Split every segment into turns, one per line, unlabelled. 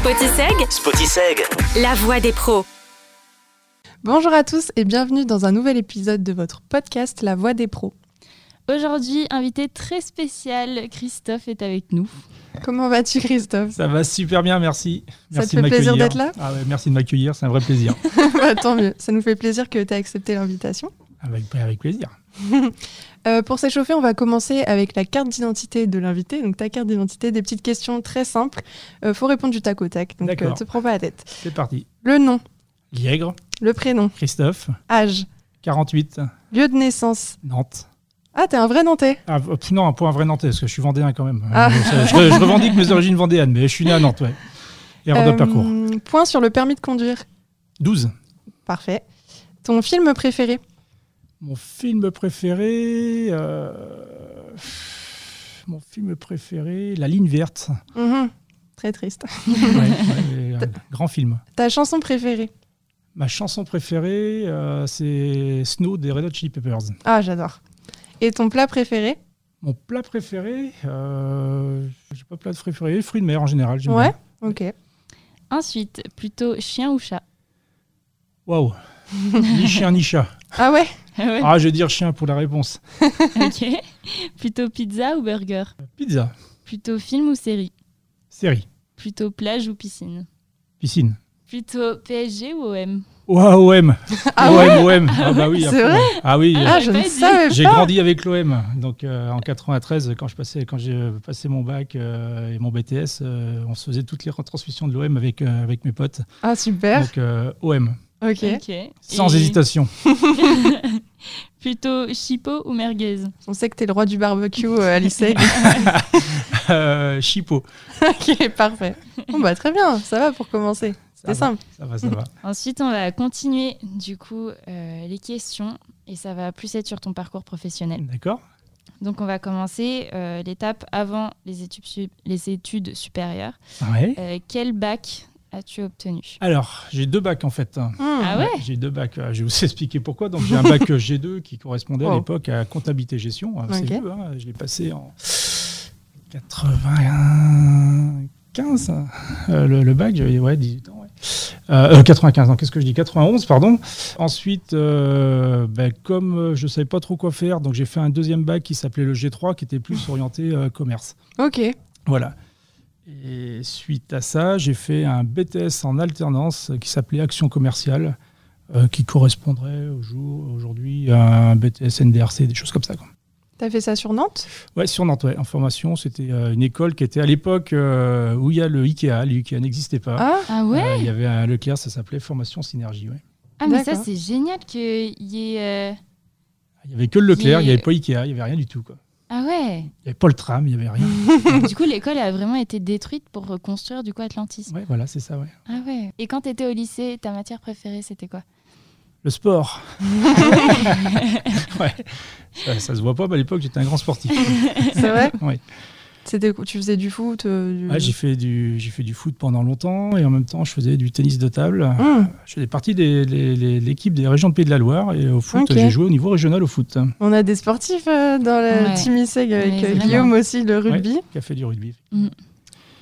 Spotiseg,
Spotiseg.
la voix des pros.
Bonjour à tous et bienvenue dans un nouvel épisode de votre podcast La Voix des Pros.
Aujourd'hui, invité très spécial, Christophe est avec nous.
Comment vas-tu Christophe
Ça va super bien, merci.
Ça
Merci
te fait
de
plaisir
m'accueillir.
d'être là
Ah ouais, merci de m'accueillir, c'est un vrai plaisir.
Bah, Tant mieux, ça nous fait plaisir que tu aies accepté l'invitation.
avec, avec plaisir.
Euh, pour s'échauffer, on va commencer avec la carte d'identité de l'invité, donc ta carte d'identité, des petites questions très simples. Euh, faut répondre du tac au tac, donc
D'accord.
euh, te prends pas la tête.
C'est parti.
Le nom,
Liègre,
le prénom,
Christophe,
âge,
48,
lieu de naissance.
Nantes.
Ah, t'es un vrai Nantais
Ah, euh, non, pour un vrai Nantais, parce que je suis vendéen quand même.
Ah.
Euh, ça, Je, re- je revendique mes origines vendéennes, mais je suis né à Nantes, ouais. Et hors de
Euh,
parcours.
Point sur le permis de conduire.
12.
Parfait. Ton film préféré
Mon film préféré. euh, Mon film préféré, La ligne verte.
Mhm. Très triste.
Ouais, ouais, euh, grand film.
Ta chanson préférée
Ma chanson préférée, euh, c'est Snow des Red Hot Chili Peppers.
Ah, j'adore. Et ton plat préféré
Mon plat préféré, euh, j'ai pas de plat préféré, fruits de mer en général. j'aime
Ouais.
bien.
Ok.
Ensuite, plutôt chien ou chat
Waouh. Ni chien ni chat.
Ah ouais
Ah ouais,
Ah, je vais dire chien pour la réponse. Ah.
ok. Plutôt pizza ou burger
Pizza,
Plutôt film ou série
série,
Plutôt plage ou piscine
piscine.
Plutôt PSG ou OM
Waouh, OM.
Ah
OM, OM. Ah bah oui.
C'est
après,
vrai
ouais. Ah oui.
Ah,
euh,
ouais.
je
j'aurais
ne
pas dit.
savais
J'ai
pas.
grandi avec l'OM, donc euh, en 93, quand je passais, quand j'ai passé mon bac euh, et mon BTS, euh, on se faisait toutes les retransmissions de l'OM avec euh, avec mes potes.
Ah super.
Donc euh, OM,
Ok.
sans
Et
hésitation.
Plutôt chipot ou merguez
On sait que t'es le roi du barbecue euh, à lycée.
Euh, Chipo.
ok, parfait. Bon bah très bien, ça va pour commencer. C'était
Ça
simple.
va, Ça va, ça va.
Ensuite, on va continuer du coup euh, les questions et ça va plus être sur ton parcours professionnel.
D'accord.
Donc, on va commencer euh, l'étape avant les études, sup- les études supérieures.
Ouais.
Euh, quel bac as-tu obtenu
Alors, j'ai deux bacs en fait.
Hmm.
Ah ouais
J'ai deux bacs. euh, Je vais vous expliquer pourquoi. Donc, j'ai un bac euh, G2 qui correspondait à
Wow.
l'époque à comptabilité-gestion. Euh, C'est
Ok.
vieux, hein. Je l'ai passé en 95. euh, le, le bac, j'avais ouais, 18 ans. ouais. Euh, euh, 95, non, qu'est-ce que je dis 91, pardon. Ensuite, euh, ben, comme euh, je ne savais pas trop quoi faire, donc j'ai fait un deuxième bac qui s'appelait le G3, qui était plus orienté euh, commerce.
Ok.
Voilà. Et suite à ça, j'ai fait un BTS en alternance euh, qui s'appelait Action commerciale, euh, qui correspondrait au jour- aujourd'hui à un BTS NDRC, des choses comme ça. quoi.
T'as fait ça sur Nantes
Ouais, sur Nantes, ouais, en formation, c'était euh, une école qui était à l'époque euh, où il y a le Ikea. Le Ikea n'existait pas.
Ah.
Ah ouais
Euh, Il y avait un Leclerc, ça s'appelait Formation Synergie. ouais.
Ah mais ça
D'accord.
c'est génial qu'il y ait... euh,
Il y avait que le Leclerc, il n'y
Et-
avait pas Ikea, il n'y avait rien du tout. Quoi.
Ah ouais
Il n'y avait pas le tram, il n'y avait rien.
Du coup l'école a vraiment été détruite pour reconstruire du coup Atlantis.
Ouais, voilà, c'est ça, ouais.
Ah ouais Et quand t'étais au lycée, ta matière préférée c'était quoi
Le sport. ouais. Ça, ça se voit pas, mais à l'époque, j'étais un grand sportif.
C'est vrai
Ouais.
C'était tu faisais du foot euh, du-
Ouais, j'ai fait du j'ai fait du foot pendant longtemps et en même temps je faisais du tennis de table.
Hmm.
Je faisais partie des- les- les- l'équipe des régions de Pays de la Loire et au foot
Ok.
j'ai joué au niveau régional au foot,
On a des sportifs euh, dans la
Ouais.
team ISEG avec
Ouais,
euh,
vraiment.
Guillaume aussi le rugby.
qui a fait du rugby.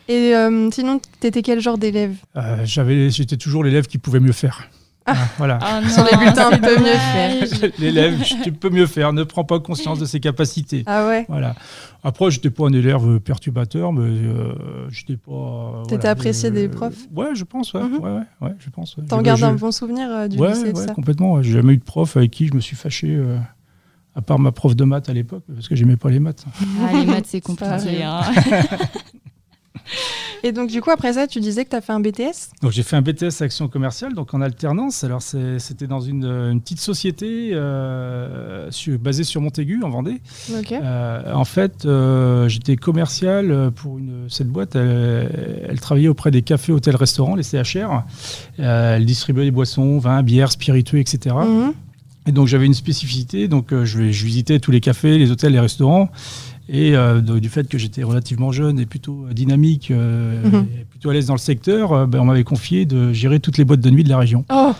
Et euh, sinon t'étais quel genre d'élève
Euh, j'avais j'étais toujours l'élève qui pouvait mieux faire. Ah, Voilà.
Oh
Sur les bulletins, on peut mieux Ah.
L'élève, tu peux mieux faire, ne prends pas conscience de ses capacités.
Ah ouais.
Voilà. Après, j'étais pas un élève perturbateur, mais euh, j'étais pas. euh,
T'étais
voilà,
apprécié
je-
des profs
Ouais, je pense, ouais,
Mhm.
ouais, ouais, ouais, je pense. ouais.
T'en
Bah, Je-
gardes
je-
un bon souvenir euh, du
ouais,
lycée et tout
ouais,
ça
complètement. ouais. J'ai jamais eu de prof avec qui je me suis fâché, euh, à part ma prof de maths à l'époque, parce que j'aimais pas les maths.
Ah les maths c'est compliqué.
pareil.
hein.
Et donc du coup après ça tu disais que t'as fait un BTS
Donc j'ai fait un BTS action commerciale, donc en alternance. Alors c'est- c'était dans une, euh, une petite société euh, sur- basée sur Montaigu, en Vendée.
Ok.
Euh, en fait, euh, j'étais commercial euh, pour une, cette boîte. Elle, elle travaillait auprès des cafés, hôtels, restaurants, les CHR. Euh, elle distribuait des boissons, vins, bières, spiritueux, etc.
Mhm.
Et donc j'avais une spécificité, donc euh, je, vais- je visitais tous les cafés, les hôtels, les restaurants. Et euh, donc, du fait que j'étais relativement jeune et plutôt euh, dynamique, euh,
Mhm.
et plutôt à l'aise dans le secteur, euh, ben, on m'avait confié de gérer toutes les boîtes de nuit de la région.
Oh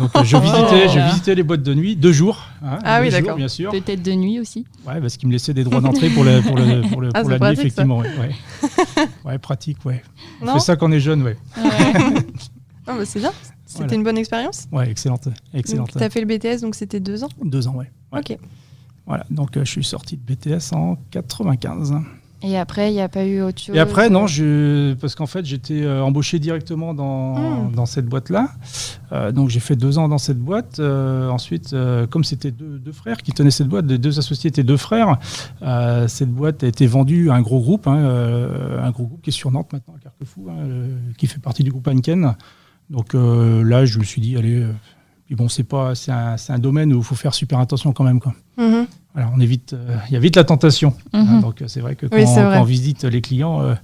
Donc euh, je,
Oh.
visitais, je visitais les boîtes de nuit deux jours. hein,
Ah
deux
oui,
jours,
d'accord.
Bien sûr.
Peut-être de nuit aussi.
Ouais, parce qu'ils me laissaient des droits d'entrée pour, la- pour, le- pour le-
Ah,
pour
c'est
la
pratique,
nuit,
ça.
effectivement. Ouais, ouais. Ouais, pratique, ouais. On
Non
fait ça quand on est jeune, ouais.
Non, mais c'est bien. C'était
Voilà.
une bonne expérience.
Ouais, excellente.
Donc,
excellente.
T'as fait le BTS, donc c'était deux ans.
Deux ans, ouais. Ouais.
Ok.
Voilà, donc euh, je suis sorti de BTS en 95.
Et après, il n'y a pas eu autre chose.
Et après, non, je... parce qu'en fait, j'étais euh, embauché directement dans,
Hmm.
dans cette boîte-là. Euh, donc, j'ai fait deux ans dans cette boîte. Euh, ensuite, euh, comme c'était deux, deux frères qui tenaient cette boîte, les deux associés étaient deux frères, euh, cette boîte a été vendue à un gros groupe, hein, euh, un gros groupe qui est sur Nantes maintenant, à Carquefou, hein, euh, qui fait partie du groupe Heineken. Donc euh, là, je me suis dit, allez, euh, puis bon, c'est pas, c'est un, c'est un domaine où il faut faire super attention quand même. Quoi.
Mhm.
Alors, on évite, euh, il y a vite la tentation.
Mhm.
Hein, donc euh, c'est vrai que quand,
Oui, c'est vrai.
quand on visite les clients, euh,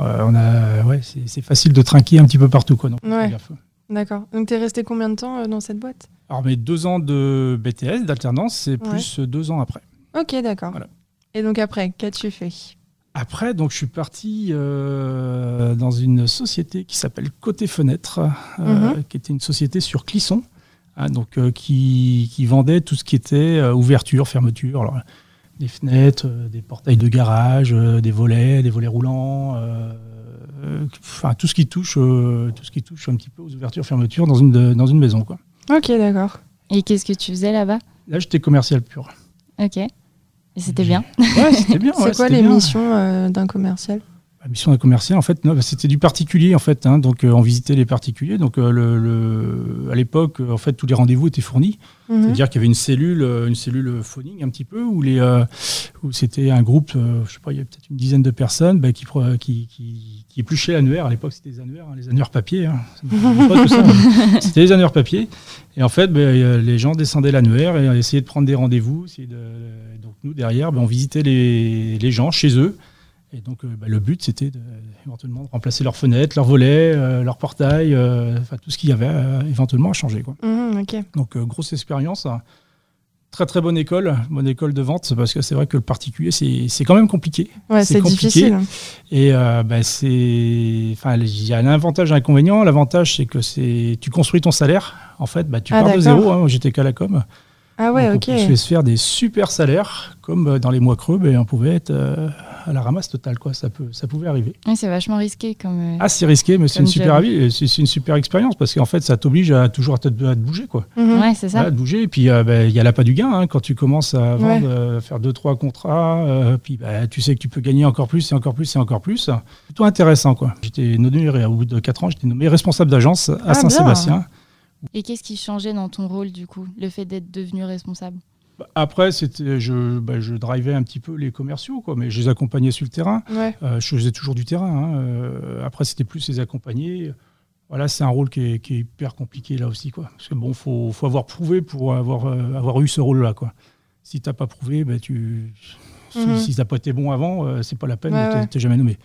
euh, on a, ouais, c'est c'est facile de trinquer un petit peu partout. Quoi, donc, faut
Ouais.
faire gaffe.
D'accord. Donc t'es resté combien de temps euh, dans cette boîte
Alors mes deux ans de BTS, d'alternance, c'est plus euh, deux ans après.
Ok, d'accord.
Voilà.
Et donc après, qu'as-tu fait
Après, donc, je suis parti euh, dans une société qui s'appelle Côté Fenêtre, euh,
Mhm.
qui était une société sur Clisson, hein, donc, euh, qui, qui vendait tout ce qui était euh, ouverture, fermeture, alors, des fenêtres, euh, des portails de garage, euh, des volets, des volets roulants, euh, euh, enfin tout ce qui touche, euh, tout ce qui touche un petit peu aux ouvertures, fermetures dans une, de- dans une maison. Quoi.
Ok, d'accord.
Et qu'est-ce que tu faisais là-bas
Là, j'étais commercial pur.
Ok. Et c'était bien.
Ouais, c'était bien. ouais,
c'est quoi
c'était
les
bien.
missions euh, d'un commercial
La mission d'un commercial, en fait, non, bah, c'était du particulier, en fait. hein. donc, euh, on visitait les particuliers. Donc, euh, le, le- à l'époque, euh, en fait, tous les rendez-vous étaient fournis.
Mhm.
C'est-à-dire qu'il y avait une cellule, euh, une cellule phoning un petit peu, où, les, euh, où c'était un groupe, euh, je sais pas, il y avait peut-être une dizaine de personnes bah, qui, pre- qui, qui, qui épluchaient l'annuaire. À l'époque, c'était des annuaires, hein, les annuaires papier. hein. Ça me parle pas, tout ça, hein. C'était les annuaires papier. Et en fait, bah, euh, les gens descendaient l'annuaire et euh, essayaient de prendre des rendez-vous. essayaient de- Donc, nous, derrière, bah, on visitait les, les gens chez eux. Et donc, euh, bah, le but, c'était de- éventuellement de remplacer leurs fenêtres, leurs volets, euh, leurs portails, euh, enfin, tout ce qu'il y avait euh, éventuellement à changer. Quoi.
Mhm, ok.
Donc euh, grosse expérience. hein. Très très bonne école, bonne école de vente, parce que c'est vrai que le particulier, c'est c'est quand même compliqué.
Ouais,
C'est
c'est
compliqué.
difficile.
Et euh, bah, c'est, enfin, il y a un avantage et un inconvénient. L'avantage, c'est que c'est, tu construis ton salaire. En fait, bah, tu
Ah,
pars de
d'accord.
zéro. hein. Moi, J'étais qu'à la com.
Ah ouais,
Donc,
ok.
On pouvait se faire des super salaires, comme euh, dans les mois creux, bah, on pouvait être euh, à la ramasse totale. Quoi. Ça, peut, ça pouvait arriver.
Ouais, c'est vachement risqué comme. euh,
Ah, c'est risqué, mais c'est
Comme
une super,
job.
vie- c'est c'est une super expérience parce qu'en fait, ça t'oblige à toujours à te, à te bouger, quoi.
Mhm.
Ouais, c'est ça.
Voilà, de bouger. Et puis, euh, bah, il y a l'appât du gain. hein. quand tu commences à vendre, euh, faire deux, trois contrats, euh, puis bah, tu sais que tu peux gagner encore plus et encore plus et encore plus. Plutôt intéressant, quoi. J'étais nommé, au bout de quatre ans, j'étais nommé responsable d'agence à
Ah,
Saint-Sébastien.
Et qu'est-ce qui changeait dans ton rôle du coup Le fait d'être devenu responsable
Bah, Après, c'était, je, bah, je drivais un petit peu les commerciaux, quoi, mais je les accompagnais sur le terrain.
Ouais.
Euh, je faisais toujours du terrain. hein. Euh, après, c'était plus les accompagner. Voilà, c'est un rôle qui est, qui est hyper compliqué là aussi, quoi. Parce que bon, faut, faut avoir prouvé pour avoir, euh, avoir eu ce rôle-là, quoi. Si t'as pas prouvé, ben tu, si-
Mhm.
si, t'as pas été bon avant, euh, c'est pas la peine.
Ouais,
de t'es-
ouais.
t'es jamais nommé.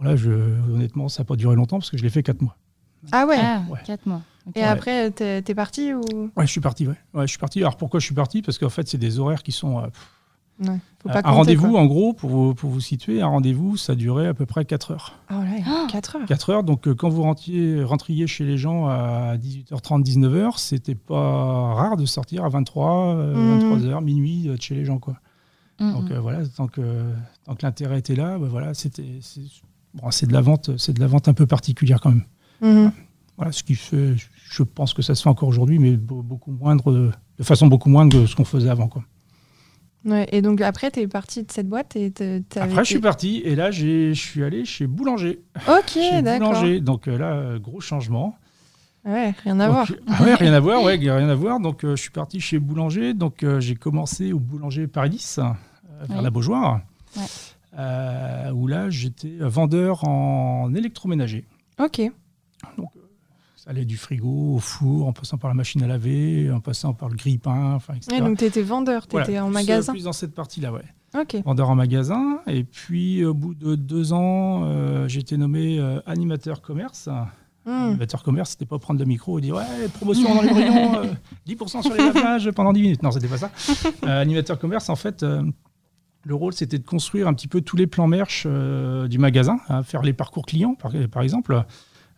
Voilà, je, honnêtement, ça n'a pas duré longtemps parce que je l'ai fait quatre mois.
Ah ouais.
Ah,
Ouais.
4 mois. Ok.
Et
Ouais.
après, t'es t'es parti ou
Ouais, je suis parti. Ouais, ouais je suis parti. Alors pourquoi je suis parti Parce qu'en fait, c'est des horaires qui sont euh,
Ouais, Faut
Euh,
pas
un
compter,
rendez-vous,
quoi.
en gros, pour vous, pour vous situer, un rendez-vous, ça durait à peu près 4 heures.
Ah ouais,
Ah.
4 heures.
4 heures, donc euh, quand vous rentiez- rentriez chez les gens à 18h30, 19h, c'était pas rare de sortir à 23,
Mhm.
23h, minuit euh, de chez les gens. Quoi.
Mm,
Donc
mm.
euh, voilà, tant que, tant que l'intérêt était là, bah, voilà, c'était, c'est, bon, c'est de la vente, c'est de la vente un peu particulière quand même.
Mhm.
Voilà, ce qui fait, je- je pense que ça se fait encore aujourd'hui, mais be- beaucoup moindre, euh, de façon beaucoup moindre que ce qu'on faisait avant. Quoi.
Ouais, et donc après, t'es parti de cette boîte et t'es- t'avais
Après, je suis
été-
parti et là, j'ai- je suis allé chez Boulanger.
Ok,
chez
d'accord.
Boulanger. Donc euh, là, euh, gros changement.
Ouais, rien à voir.
Donc, ah ouais, rien à voir, ouais, rien à voir. Donc euh, je suis parti chez Boulanger. Donc euh, j'ai commencé au Boulanger Paris 10, euh, vers
Oui.
la Beaujoire.
Ouais.
Euh, où là, j'étais vendeur en électroménager.
Ok.
Ça allait du frigo au four, en passant par la machine à laver, en passant par le grille-pain, enfin, etc.
Et donc t'étais vendeur,
Voilà,
t'étais en
plus, euh,
magasin.
Plus dans cette partie-là, ouais.
Ok.
vendeur en magasin. Et puis, au bout de deux ans, euh, j'ai été nommé euh, animateur commerce.
Hmm.
Animateur commerce, c'était pas prendre le micro et dire Ouais, promotion dans les rayons, euh, 10% sur les lavages pendant 10 minutes. Non, c'était pas ça. Euh, animateur commerce, en fait. euh, le rôle, c'était de construire un petit peu tous les plans merch euh, du magasin, hein, faire les parcours clients, par, par exemple,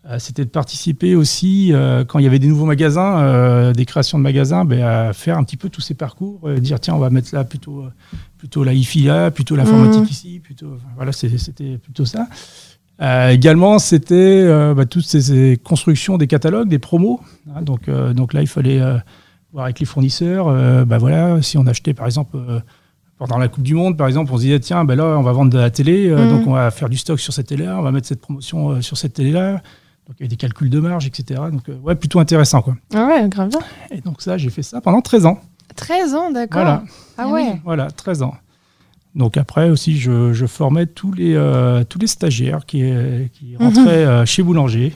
euh, c'était de participer aussi, euh, quand il y avait des nouveaux magasins, euh, des créations de magasins, ben, à faire un petit peu tous ces parcours, euh, dire tiens, on va mettre là plutôt, euh, plutôt la IFI là, plutôt l'informatique ici, plutôt. enfin, Voilà, c'est- c'était plutôt ça. Euh, également, c'était euh, bah, toutes ces, ces constructions des catalogues, des promos. hein, donc, euh, donc là, il fallait euh, voir avec les fournisseurs. euh, bah, voilà, si on achetait par exemple. euh, pendant la Coupe du Monde, par exemple, on se disait, tiens, ben là, on va vendre de la télé, euh,
Mhm.
donc on va faire du stock sur cette télé-là, on va mettre cette promotion euh, sur cette télé-là. Donc il y avait des calculs de marge, etc. Donc euh, ouais, plutôt intéressant quoi.
Ah ouais, grave bien.
Et donc ça, j'ai fait ça pendant 13 ans.
13 ans, d'accord.
Voilà, Eh
Ah
Ah
ouais.
oui.
voilà, 13 ans. Donc après aussi, je, je formais tous les, euh, tous les stagiaires qui, euh, qui rentraient euh, chez Boulanger.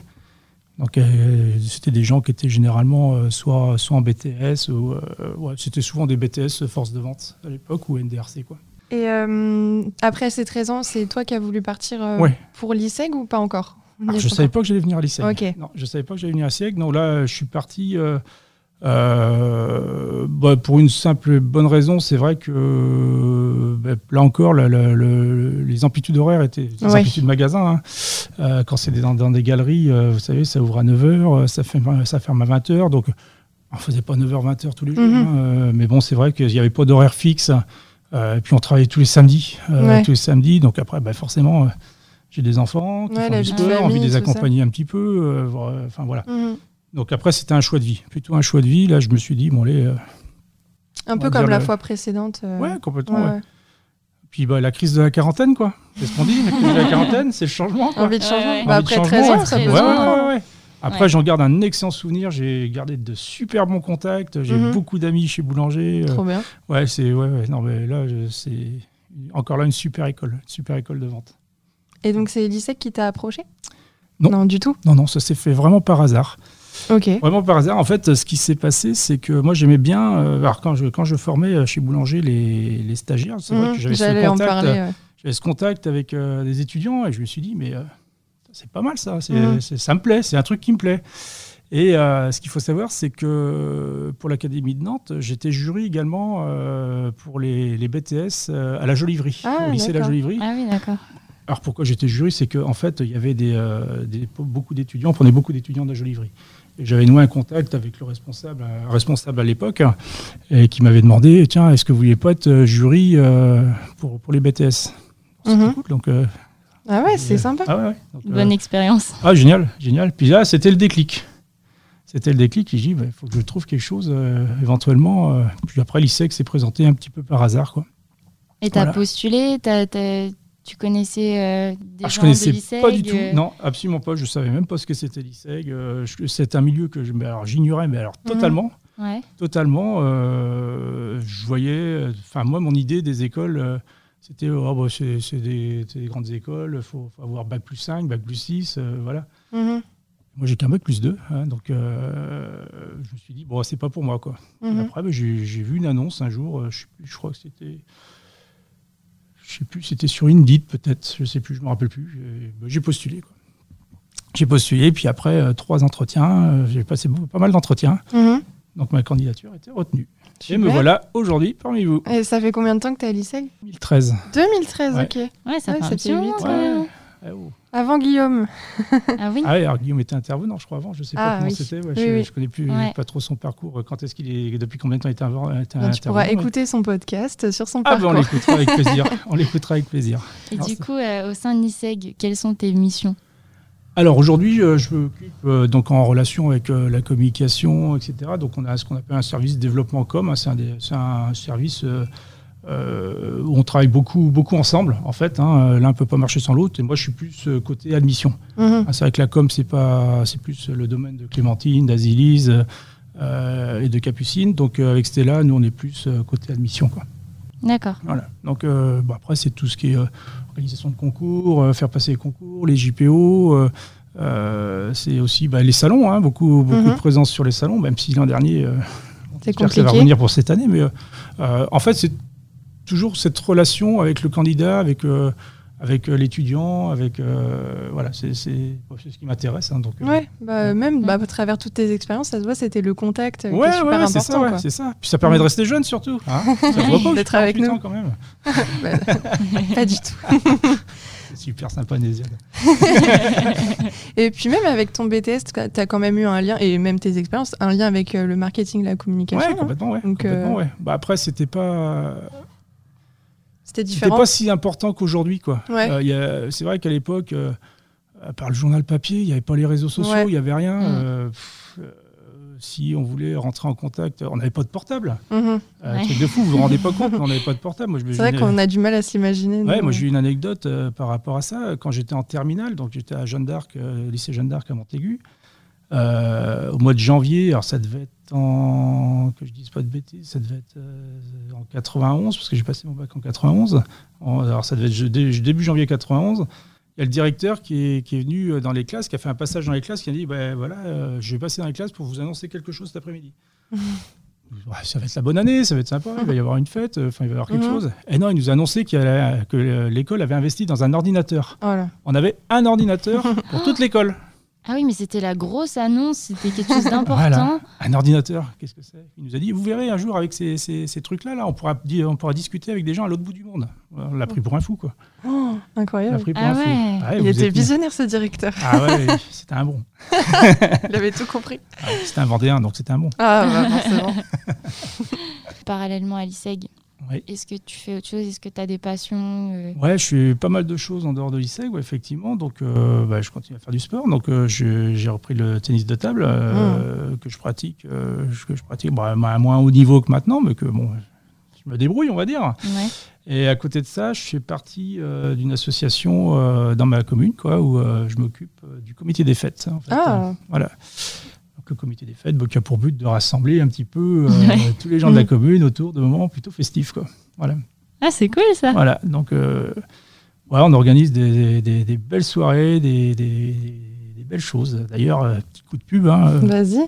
Donc euh, c'était des gens qui étaient généralement euh, soit, soit en BTS, ou euh, ouais, c'était souvent des BTS euh, force de vente à l'époque ou NDRC quoi.
Et euh, après ces 13 ans, c'est toi qui as voulu partir euh,
Ouais.
pour l'ISEG ou pas encore On y
Alors,
est
je ne
pas
savais pas que j'allais venir à l'ISEG.
Ah, Ok.
Non, je savais pas que j'allais venir à l'ISEG. Non, là, euh, je suis parti euh, euh, bah, pour une simple et bonne raison. C'est vrai que euh, bah, là encore, la- la- le- les amplitudes horaires étaient les
Ouais.
amplitudes magasin. hein. Euh, quand c'est des- dans, dans des galeries, euh, vous savez, ça ouvre à 9h, ça, ferme- euh, ça ferme à 20h. Donc, on faisait pas 9h, 20h tous les jours.
Mhm.
hein, euh, mais bon, c'est vrai qu'il n'y avait pas d'horaire fixe. Euh, et puis, on travaillait tous les samedis. euh,
Ouais.
Tous les samedis. Donc, après, bah, forcément, euh, j'ai des enfants qui
Ouais,
font
la
du
vie de
sport, envie de
famille,
les
tout ça.
accompagner un petit peu. euh, voir, euh, Enfin, voilà.
Mhm.
Donc après, c'était un choix de vie, plutôt un choix de vie. Là, je me suis dit, bon, allez, euh,
Un
On
peu
va
comme
dire
la
le-
fois précédente. euh,
ouais, complètement.
ouais,
ouais.
ouais.
Puis bah, la crise de la quarantaine, quoi. C'est ce qu'on dit, la crise de la quarantaine, c'est le changement. Quoi.
Envie de
Ouais,
changement.
ouais.
Bah,
Envie de
après
changement,
13 ans, hein.
ouais.
ça
Ouais,
peut se
ouais,
comprendre.
ouais, ouais. Après,
Ouais.
j'en garde un excellent souvenir. J'ai gardé de super bons contacts. J'ai
Mhm.
beaucoup d'amis chez Boulanger. Euh,
Trop bien.
ouais, c'est ouais, ouais. non, mais là, je- c'est encore là une super école, une super école de vente.
Et donc c'est l'ISEC qui t'a approché
Non.
du tout.
Non, non, ça s'est fait vraiment par hasard.
Ok.
Vraiment par hasard. En fait, ce qui s'est passé, c'est que moi, j'aimais bien. euh, alors, quand je, quand je formais euh, chez Boulanger les, les stagiaires, c'est vrai
Mhm.
que j'avais ce,
J'allais en
contact,
parler.
euh,
ouais.
j'avais ce contact avec euh, des étudiants et je me suis dit, mais euh, c'est pas mal ça. c'est-
Mhm.
c'est- ça me plaît. C'est un truc qui me plaît. Et euh, ce qu'il faut savoir, c'est que euh, pour l'Académie de Nantes, j'étais jury également euh, pour les, les BTS euh, à la Joliverie,
Ah,
au lycée La
d'accord.
Joliverie.
Ah oui, d'accord.
Alors pourquoi j'étais jury, c'est qu'en en fait, il y avait des, euh, des- beaucoup d'étudiants, on prenait beaucoup d'étudiants de la Joliverie. Et j'avais noué un contact avec le responsable, un responsable à l'époque, et qui m'avait demandé, tiens, est-ce que vous vouliez pas être euh, jury euh, pour, pour les BTS C'était
Mhm.
cool, donc, euh,
Ah ouais, c'est
euh,
sympa.
Ah, ouais, ouais. Donc, euh,
Bonne expérience.
ah, génial, génial. Puis là, c'était le déclic. C'était le déclic, j'ai dit, il faut que je trouve quelque chose euh, éventuellement. euh. puis après, l'ISEC s'est présenté un petit peu par hasard. Quoi.
Et t'as
voilà.
postulé t'as- t'as- Tu connaissais euh, des
Alors, Ah, je
gens
connaissais
de l'ISEG,
pas du tout,
euh,
non, absolument pas. Je savais même pas ce que c'était l'ISEG. euh, je- c'est un milieu que je- mais alors, j'ignorais, mais alors
Mhm.
totalement,
Ouais.
totalement. euh, je voyais, euh, enfin moi, mon idée des écoles, euh, c'était oh, bah, c'est c'est des, c'est des grandes écoles, faut, faut avoir bac plus 5, bac plus 6, euh, voilà.
Mhm,
Moi, j'ai qu'un bac plus 2, donc euh, je me suis dit bon, c'est pas pour moi quoi. Et
mhm.
Après, ben, j'ai j'ai vu une annonce un jour, euh, je, sais plus, je crois que c'était. Je sais plus, c'était sur Indeed peut-être, je sais plus, je me rappelle plus. J'ai- ben, J'ai postulé. quoi. J'ai postulé, puis après euh, trois entretiens, euh, j'ai passé beau- pas mal d'entretiens,
Mhm.
donc ma candidature était retenue. Et me
Super.
voilà aujourd'hui parmi vous.
Et ça fait combien de temps que t'es à l'ISEG
2013.
2013,
Ouais.
ok.
Ouais, ça
Ouais,
fait un
ça
petit
fait
moment,
vite,
quand même.
Ah, oh.
Avant Guillaume.
Ah oui,
Ah ouais, alors Guillaume était intervenant, je crois, avant, je sais pas
Ah,
comment
oui.
c'était. ouais,
Oui,
je,
oui.
je connais plus
Ouais.
pas trop son parcours. euh, Quand est-ce qu'il est, depuis combien de temps il était avant- était
Donc, tu pourras
intervenant, ouais.
écouter son podcast sur son
Ah ben
parcours.
on l'écoutera avec plaisir. on l'écoutera avec plaisir.
Et
Alors,
du
ça-
coup, euh, au sein de l'ISEG, quelles sont tes missions
Alors aujourd'hui, euh, je m'occupe euh, donc en relation avec euh, la communication, etc. Donc on a ce qu'on appelle un service développement com. hein. c'est un, des- c'est un service euh, euh, où on travaille beaucoup, beaucoup ensemble en fait. hein. Euh, L'un peut pas marcher sans l'autre. Et moi, je suis plus euh, côté admission.
Mhm.
Ah, c'est vrai que la com, c'est pas, c'est plus le domaine de Clémentine, d'Azilise euh, et de Capucine. Donc euh, avec Stella, nous on est plus euh, côté admission. Quoi.
D'accord.
Voilà. Donc euh, bon, après, c'est tout ce qui est euh, organisation de concours, euh, faire passer les concours, les JPO. euh, euh, c'est aussi bah, les salons, hein, beaucoup, beaucoup
Mhm.
de présence sur les salons, même si l'an dernier, euh, on
C'est
espère que ça va
compliqué.
revenir pour cette année. Mais euh, euh, en fait, c'est toujours cette relation avec le candidat, avec, euh, avec euh, l'étudiant, avec. euh, voilà, c'est c'est- bon, c'est ce qui m'intéresse. hein, donc, euh,
Ouais, bah, même bah, à travers toutes tes expériences, ça se voit, c'était le contact euh, qui
Ouais,
est super
ouais, ouais,
important.
c'est ça, ouais,
quoi. Mhm.
c'est ça. Puis ça permet de rester jeune surtout. hein. ça se voit pas que j'ai
D'être avec
48 ans,
nous.
quand même.
Pas du tout.
C'est super sympa, Néziade.
Et puis même avec ton BTS, tu as quand même eu un lien, et même tes expériences, un lien avec euh, le marketing, la communication.
Ouais,
hein.
complètement, ouais.
Donc,
complètement,
euh,
ouais. Bah, après, c'était pas.
C'était
C'était
différent.
pas si important qu'aujourd'hui, quoi.
Ouais.
Euh, il y a- c'est vrai qu'à l'époque, euh, à part le journal papier, il n'y avait pas les réseaux sociaux,
Ouais.
il n'y avait rien.
Mm.
Euh, pff, euh, si on voulait rentrer en contact, on n'avait pas de portable.
Mhm.
Euh,
Ouais.
Truc de fou, vous vous rendez pas compte, mais on n'avait pas de portable. Moi, je me-
C'est vrai
j'ai-
qu'on a du mal à s'imaginer.
euh, Ouais,
nous.
moi j'ai eu une anecdote euh, par rapport à ça. Quand j'étais en terminale, donc j'étais à Jeanne d'Arc, euh, lycée Jeanne d'Arc à Montaigu, euh, au mois de janvier, alors ça devait être en. que je dise pas de bêtises, ça devait être euh, en 91, parce que j'ai passé mon bac en 91. En- alors ça devait être je- dé- début janvier 91. Il y a le directeur qui est, qui est venu euh, dans les classes, qui a fait un passage dans les classes, qui a dit Ben voilà, euh, je vais passer dans les classes pour vous annoncer quelque chose cet après-midi. Ouais, ça va être la bonne année, ça va être sympa, il va y avoir une fête, euh, enfin il va y avoir quelque
Mhm.
chose. Et non, il nous a annoncé qu'il y allait- que euh, l'école avait investi dans un ordinateur.
Oh là.
On avait un ordinateur pour toute l'école.
Ah oui, mais c'était la grosse annonce, c'était quelque chose d'important.
Voilà. Un ordinateur, qu'est-ce que c'est Il nous a dit, vous verrez un jour avec ces, ces- ces trucs-là, là, on, pourra, di- on pourra discuter avec des gens à l'autre bout du monde. On l'a pris pour un fou, quoi.
Oh,
On l'a
incroyable.
pris pour
Ah
un fou.
ouais.
Ah ouais,
Il
vous
était
êtes-
visionnaire ce directeur.
Ah ouais, c'était un bon.
Il avait tout compris.
Ah, C'était un Vendéen, donc c'était un bon.
Ah, bah, forcément.
Parallèlement à l'ISEG,
Ouais.
est-ce que tu fais autre chose Est-ce que tu as des passions euh,
Ouais, je fais pas mal de choses en dehors de l'ISEG, ouais, effectivement. Donc, euh, bah, je continue à faire du sport. Donc, euh, je- j'ai repris le tennis de table euh, que je pratique, euh, que je pratique bah, à moins haut niveau que maintenant, mais que bon, je me débrouille, on va dire.
ouais.
Et à côté de ça, je fais partie euh, d'une association euh, dans ma commune, quoi, où euh, je m'occupe euh, du comité des fêtes. en fait.
Ah,
Voilà. Donc, le comité des fêtes, bah, qui a pour but de rassembler un petit peu euh,
Ouais.
tous les gens de la
Mm.
commune autour de moments plutôt festifs, quoi. Voilà.
Ah, c'est cool ça
Voilà, donc euh, voilà, on organise des, des- des belles soirées, des, des- des belles choses. D'ailleurs, euh, petit coup de pub, hein, euh, il
Ah, vas-y.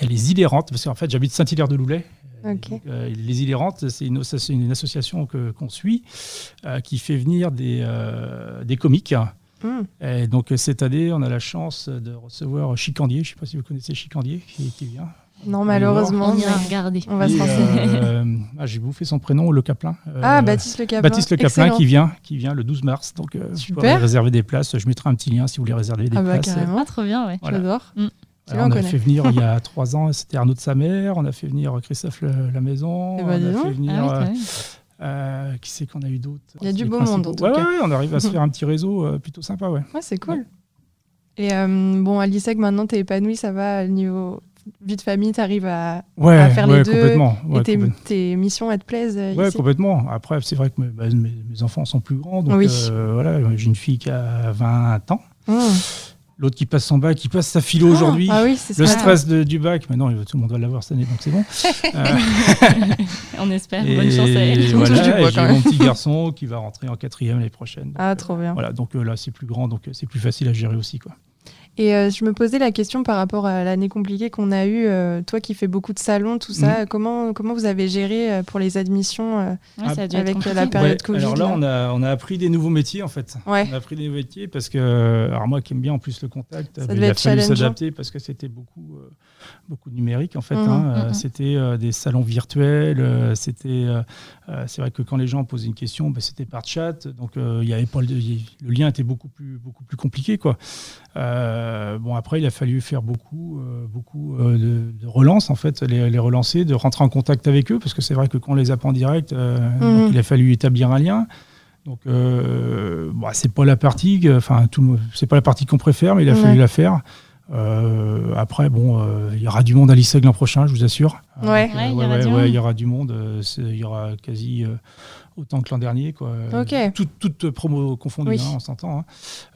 y a les Ilérantes, parce qu'en fait j'habite Saint-Hilaire-de-Loulay. Euh,
Ok.
donc, euh, les Ilérantes, c'est une, associ- une association que- qu'on suit euh, qui fait venir des, euh, des comiques.
Mm.
Et donc euh, cette année, on a la chance de recevoir Chicandier, je ne sais pas si vous connaissez Chicandier, qui, qui vient.
Non, malheureusement.
On
mais-
ira regarder.
On va se
Et,
renseigner.
euh, ah, J'ai bouffé son prénom, Le Caplin. Euh,
Ah, Baptiste Le Caplin.
Baptiste Le Caplin
Excellent.
qui vient, qui vient le 12 mars. Donc, euh, vous
Super.
pourrez réserver des places. Je mettrai un petit lien si vous voulez réserver des
Ah, bah,
places.
carrément.
Ah, trop bien, ouais.
Voilà.
J'adore.
Mm.
Voilà,
on
on a
connaît.
fait venir il y a trois ans, c'était Arnaud de sa mère. On a fait venir Christophe Le- la maison.
Eh
on
ben, dis
a
donc.
fait venir.
Ah oui, quand
euh,
même.
euh, qui c'est qu'on a eu d'autres
Il y a
C'est
du
les
beau monde,
principaux.
en tout
Ouais,
cas.
ouais, ouais, on arrive à se faire un petit réseau euh, plutôt sympa, ouais.
Ouais, c'est cool. Et euh, bon, à l'ISEC, maintenant, t'es épanouie, ça va au niveau vie de famille, t'arrives à.
Ouais,
faire les
ouais,
deux,
complètement. ouais,
et tes,
complètement.
tes missions, elles te plaisent euh,
Ouais,
ici
complètement. Après, c'est vrai que mes, bah, mes- mes enfants sont plus grands. Donc,
Oui.
euh, voilà, j'ai une fille qui a 20 ans.
Mm.
L'autre qui passe son bac, qui passe sa philo aujourd'hui.
Ah oui, c'est
Le
ça.
stress de- du bac, maintenant tout le monde va l'avoir cette année, donc c'est bon. Euh,
On espère.
Eh,
et
Bonne chance à elle.
On touche du
voilà,
bois,
et j'ai
quand même.
mon petit garçon qui va rentrer en quatrième l'année prochaine. Donc,
Ah,
euh,
trop bien.
Voilà, donc euh, là c'est plus grand, donc euh, c'est plus facile à gérer aussi. Quoi.
Et euh, je me posais la question par rapport à l'année compliquée qu'on a eue, euh, toi qui fais beaucoup de salons, tout ça,
Mm.
comment, comment vous avez géré euh, pour les admissions euh,
Ah,
Ouais, ça a dû
avec
être
la
compliqué.
période Covid.
alors là,
là.
on a, on a appris des nouveaux métiers en fait.
Ouais,
On a appris des nouveaux métiers parce que, euh, alors moi qui aime bien en plus le contact, euh,
devait
il a
être
fallu
challengeant.
s'adapter parce que c'était beaucoup, euh, beaucoup numérique en fait.
Mhm,
hein. Euh,
mhm.
C'était euh, des salons virtuels, euh, c'était, euh, euh, c'est vrai que quand les gens posaient une question, bah, c'était par chat, donc euh, il y avait pas le, il y- le lien était beaucoup plus, beaucoup plus compliqué quoi. Euh, bon après, il a fallu faire beaucoup, euh, beaucoup euh, de, de relances en fait, les, les relancer, de rentrer en contact avec eux parce que c'est vrai que quand on les apprend en direct, euh,
Mhm.
donc il a fallu établir un lien. Donc, euh, bah, c'est pas la partie, que- enfin, tout, le monde- c'est pas la partie qu'on préfère, mais il a
Ouais.
fallu la faire. Euh, après, bon, euh, il y aura du monde à l'ISEG l'an prochain, je vous assure. Euh,
Ouais.
donc,
Ouais,
euh,
il y aura du
ouais,
monde.
il y aura du monde. euh, c'est- Il y aura quasi euh, autant que l'an dernier, quoi. Euh,
Ok.
Tout- Toutes promo confondues,
Oui.
hein, on s'entend. hein.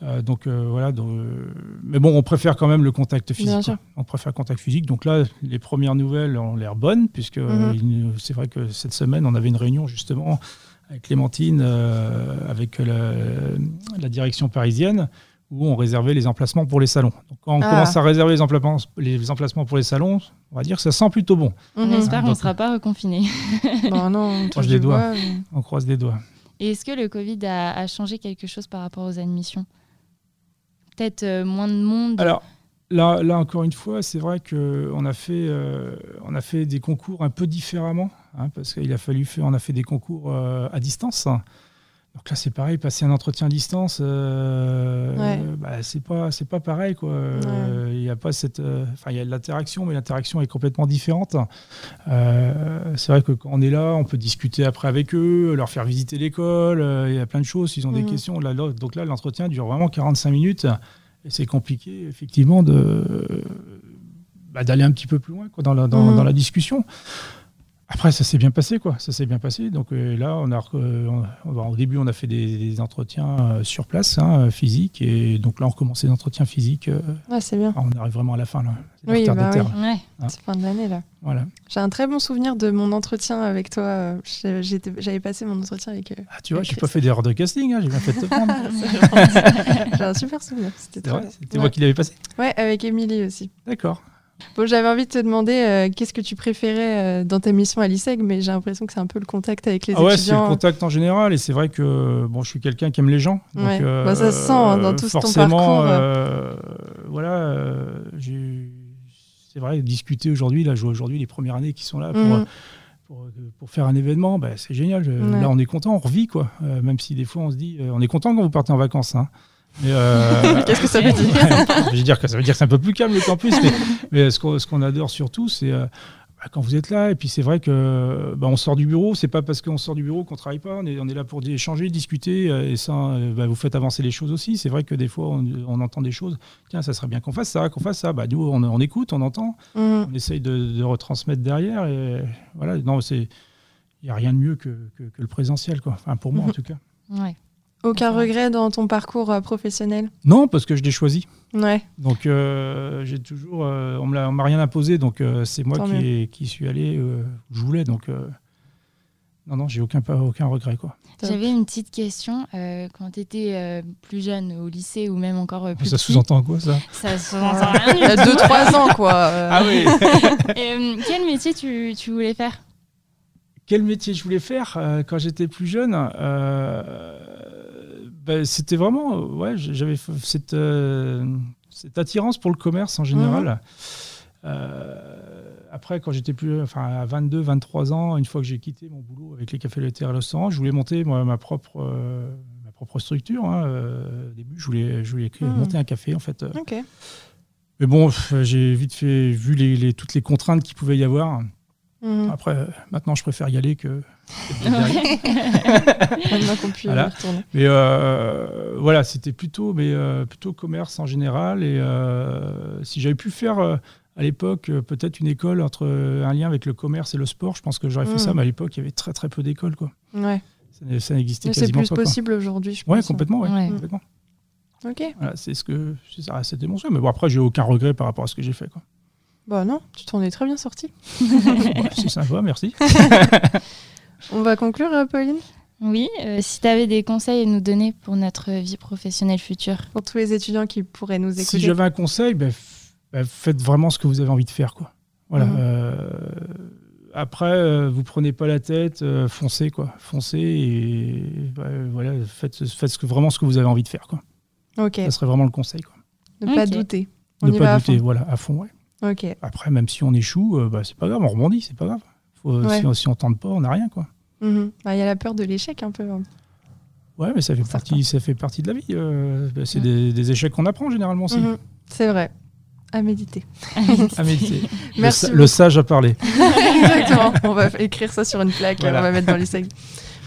Euh, donc euh, voilà. donc, euh, mais bon, on préfère quand même le contact physique.
Bien
quoi.
sûr.
On préfère le contact physique. Donc là, les premières nouvelles ont l'air bonnes, puisque euh,
Mhm.
il nous- c'est vrai que cette semaine, on avait une réunion justement avec Clémentine, euh, avec la, la direction parisienne, où on réservait les emplacements pour les salons. Donc, quand on
Ah.
commence à réserver les emplacements, les emplacements pour les salons, on va dire que ça sent plutôt Ah, bon.
On
Mhm.
espère qu'on
Donc-
ne sera pas reconfinés.
Bon, non, on touche
les
du
doigts.
bois, mais-
On croise des doigts.
Et est-ce que le Covid a, a changé quelque chose par rapport aux admissions Peut-être euh, moins de monde.
Alors là, là encore une fois, c'est vrai qu'on a fait, euh, on a fait des concours un peu différemment, hein, parce qu'il a fallu faire, on a fait des concours euh, à distance. Donc là, c'est pareil, passer un entretien à distance, euh,
Ouais.
bah, c'est pas, c'est pas pareil, quoi. Euh, Il y a pas cette, euh, enfin, il y a de l'interaction, mais l'interaction est complètement différente. Euh, c'est vrai que quand on est là, on peut discuter après avec eux, leur faire visiter l'école. euh, Il y a plein de choses. S'ils ont des
Mhm.
questions, là, là, donc là, l'entretien dure vraiment 45 minutes. Et c'est compliqué, effectivement, de euh, bah, d'aller un petit peu plus loin quoi, dans, la, dans,
Mhm.
dans la discussion. Après, ça s'est bien passé, quoi. Ça s'est bien passé. Donc euh, là, on a, euh, on- on va- au début, on a fait des, des entretiens euh, sur place, hein, euh, physiques. Et donc là, on recommence les entretiens physiques. euh,
Ah, c'est bien.
ah, on arrive vraiment à la fin, là. C'est
Oui,
la terre de
bah
terre.
Ouais.
Ah.
C'est fin de l'année, là.
Voilà.
J'ai un très bon souvenir de mon entretien avec toi. euh, j'ai- j'étais- J'avais passé mon entretien avec. euh,
Ah, tu vois,
Ok,
j'ai pas
ça-
fait d'erreur de casting, hein, j'ai bien fait de te prendre.
J'ai un super souvenir. C'était
C'était
très
vrai,
bien.
c'était
Ouais.
moi qui l'avais passé.
Ouais, avec Émilie aussi.
D'accord.
Bon, j'avais envie de te demander euh, qu'est-ce que tu préférais euh, dans ta mission à l'ISEG, mais j'ai l'impression que c'est un peu le contact avec les
Ah ouais, c'est le
étudiants.
contact en général, et c'est vrai que bon, je suis quelqu'un qui aime les gens. Donc,
Ouais.
euh,
Bah, ça se sent, hein, dans tout ton
forcément,
parcours, euh.
euh, voilà, euh, j'ai- c'est vrai, discuter aujourd'hui, là, je vois aujourd'hui les premières années qui sont là pour,
Mhm.
pour, euh, pour faire un événement, bah, c'est génial. Je-
Ouais.
Là, on est content, on revit, quoi. Euh, même si des fois, on se dit, euh, on est content quand vous partez en vacances. Hein. Mais, euh,
Qu'est-ce que ça veut dire
je veux dire que ça veut dire que c'est un peu plus calme le campus, mais, mais ce qu'on ce qu'on adore surtout, c'est euh, bah, quand vous êtes là. Et puis c'est vrai que bah, on sort du bureau. C'est pas parce qu'on sort du bureau qu'on travaille pas. On est, on est là pour échanger, discuter, euh, et ça, euh, bah, vous faites avancer les choses aussi. C'est vrai que des fois, on, on entend des choses. Tiens, ça serait bien qu'on fasse ça, qu'on fasse ça. Bah, nous, on, on écoute, on entend,
Mhm.
on essaye de, de retransmettre derrière. Et voilà, non, c'est il y a rien de mieux que, que- que le présentiel, quoi. Enfin, pour moi, en tout cas.
Ouais.
Aucun regret dans ton parcours euh, professionnel
Non, parce que je l'ai choisi.
Ouais.
Donc euh, j'ai toujours, euh, on me l'a- on m'a rien imposé, donc euh, c'est moi
Tant
qui, ai- qui suis allé euh, où je voulais, donc euh, non non, j'ai aucun pas- aucun regret quoi.
Top.
J'avais une petite question. euh, quand tu étais plus jeune, au lycée ou même encore euh, plus
Oh, ça
petit,
sous-entend quoi ça
ça sous-entend rien du
Il y a
tout.
2-3 ans, quoi. euh.
oui.
Euh, quel métier tu, tu voulais faire
Quel métier je voulais faire euh, quand j'étais plus jeune Euh, ben, C'était vraiment, euh, ouais, j- j'avais f- cette, euh, cette attirance pour le commerce en général.
Mhm.
Euh, après, quand j'étais plus, enfin, à 22, 23 ans, une fois que j'ai quitté mon boulot avec les cafés laitaires et restaurants, je voulais monter moi, ma propre. euh, ma propre structure. hein. Euh, Au début, je voulais, je voulais créer-
Mhm.
monter un café, en fait. euh.
Ok.
Mais bon, pff, j'ai vite fait vu les, les- toutes les contraintes qu'il pouvait y avoir.
Mhm.
Après, euh, maintenant, je préfère y aller que... Eh
Maintenant qu'on puisse
Voilà.
y retourner.
Mais euh, voilà, c'était plutôt, mais euh, plutôt commerce en général. Et euh, si j'avais pu faire euh, à l'époque euh, peut-être une école entre euh, un lien avec le commerce et le sport, je pense que j'aurais
Mhm.
fait ça. Mais à l'époque, il y avait très très peu d'écoles, quoi.
Ouais.
Ça, n- ça n'existait
Mais C'est
quasiment
plus
pas. quoi.
possible aujourd'hui, je pense. hein.
Ouais, complètement. Ouais,
Ouais.
complètement.
Ok.
Voilà, c'est ce que c'est ça, c'était mon souhait. Mais bon, après, j'ai aucun regret par rapport à ce que j'ai fait, quoi.
Bah non, tu t'en es très bien sorti.
Bon, c'est sympa, merci.
On va conclure, euh, Pauline,
Oui, euh, si tu avais des conseils à nous donner pour notre vie professionnelle future.
pour tous les étudiants qui pourraient nous écouter.
Si j'avais un conseil, ben, f- ben, faites vraiment ce que vous avez envie de faire. Quoi. Voilà.
Mhm.
euh, après, euh, vous prenez pas la tête, euh, foncez. Quoi. Foncez et ouais, voilà, faites, ce- faites ce que, vraiment ce que vous avez envie de faire. Quoi.
Ok,
Ça serait vraiment le conseil. Quoi.
ne pas
Ok.
douter. On
ne
y
pas
va
douter. Voilà, à fond. ouais.
à fond. Ok.
Après, même si on échoue, euh, bah, c'est pas grave, on rebondit, c'est pas grave. Faut, euh,
Ouais.
si, on- si on tente pas, on n'a rien. Quoi.
Mhm. Bah, Il y a la peur de l'échec un peu. hein.
Ouais, mais ça fait,
Certains.
partie, ça fait partie de la vie. euh, bah, c'est
Mhm.
des, des échecs qu'on apprend généralement aussi.
Mhm. C'est vrai. À méditer.
À méditer. Le
Merci
sa- le sage a parlé.
Exactement. On va écrire ça sur une plaque et
Voilà.
on va mettre dans les sacs.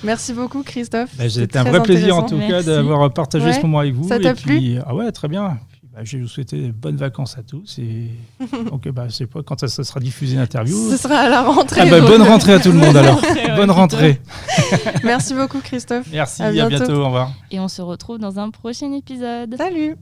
Merci beaucoup, Christophe.
Bah,
C'était
C'était un
très
vrai plaisir en
intéressant.
tout cas
Merci.
d'avoir partagé
Ouais.
ce moment avec vous.
Ça
Et
t'a
puis- Ah ouais, très bien. Puis, bah, je vais vous souhaiter de bonnes vacances à tous. Et donc, bah, c'est pas quand ça, ça sera diffusé l'interview.
Ce sera à la rentrée.
Ah bah,
donc.
bonne rentrée à tout le monde alors. bonne rentrée.
Merci beaucoup, Christophe.
Merci,
À
à
bientôt.
bientôt. Au revoir.
Et on se retrouve dans un prochain épisode.
Salut.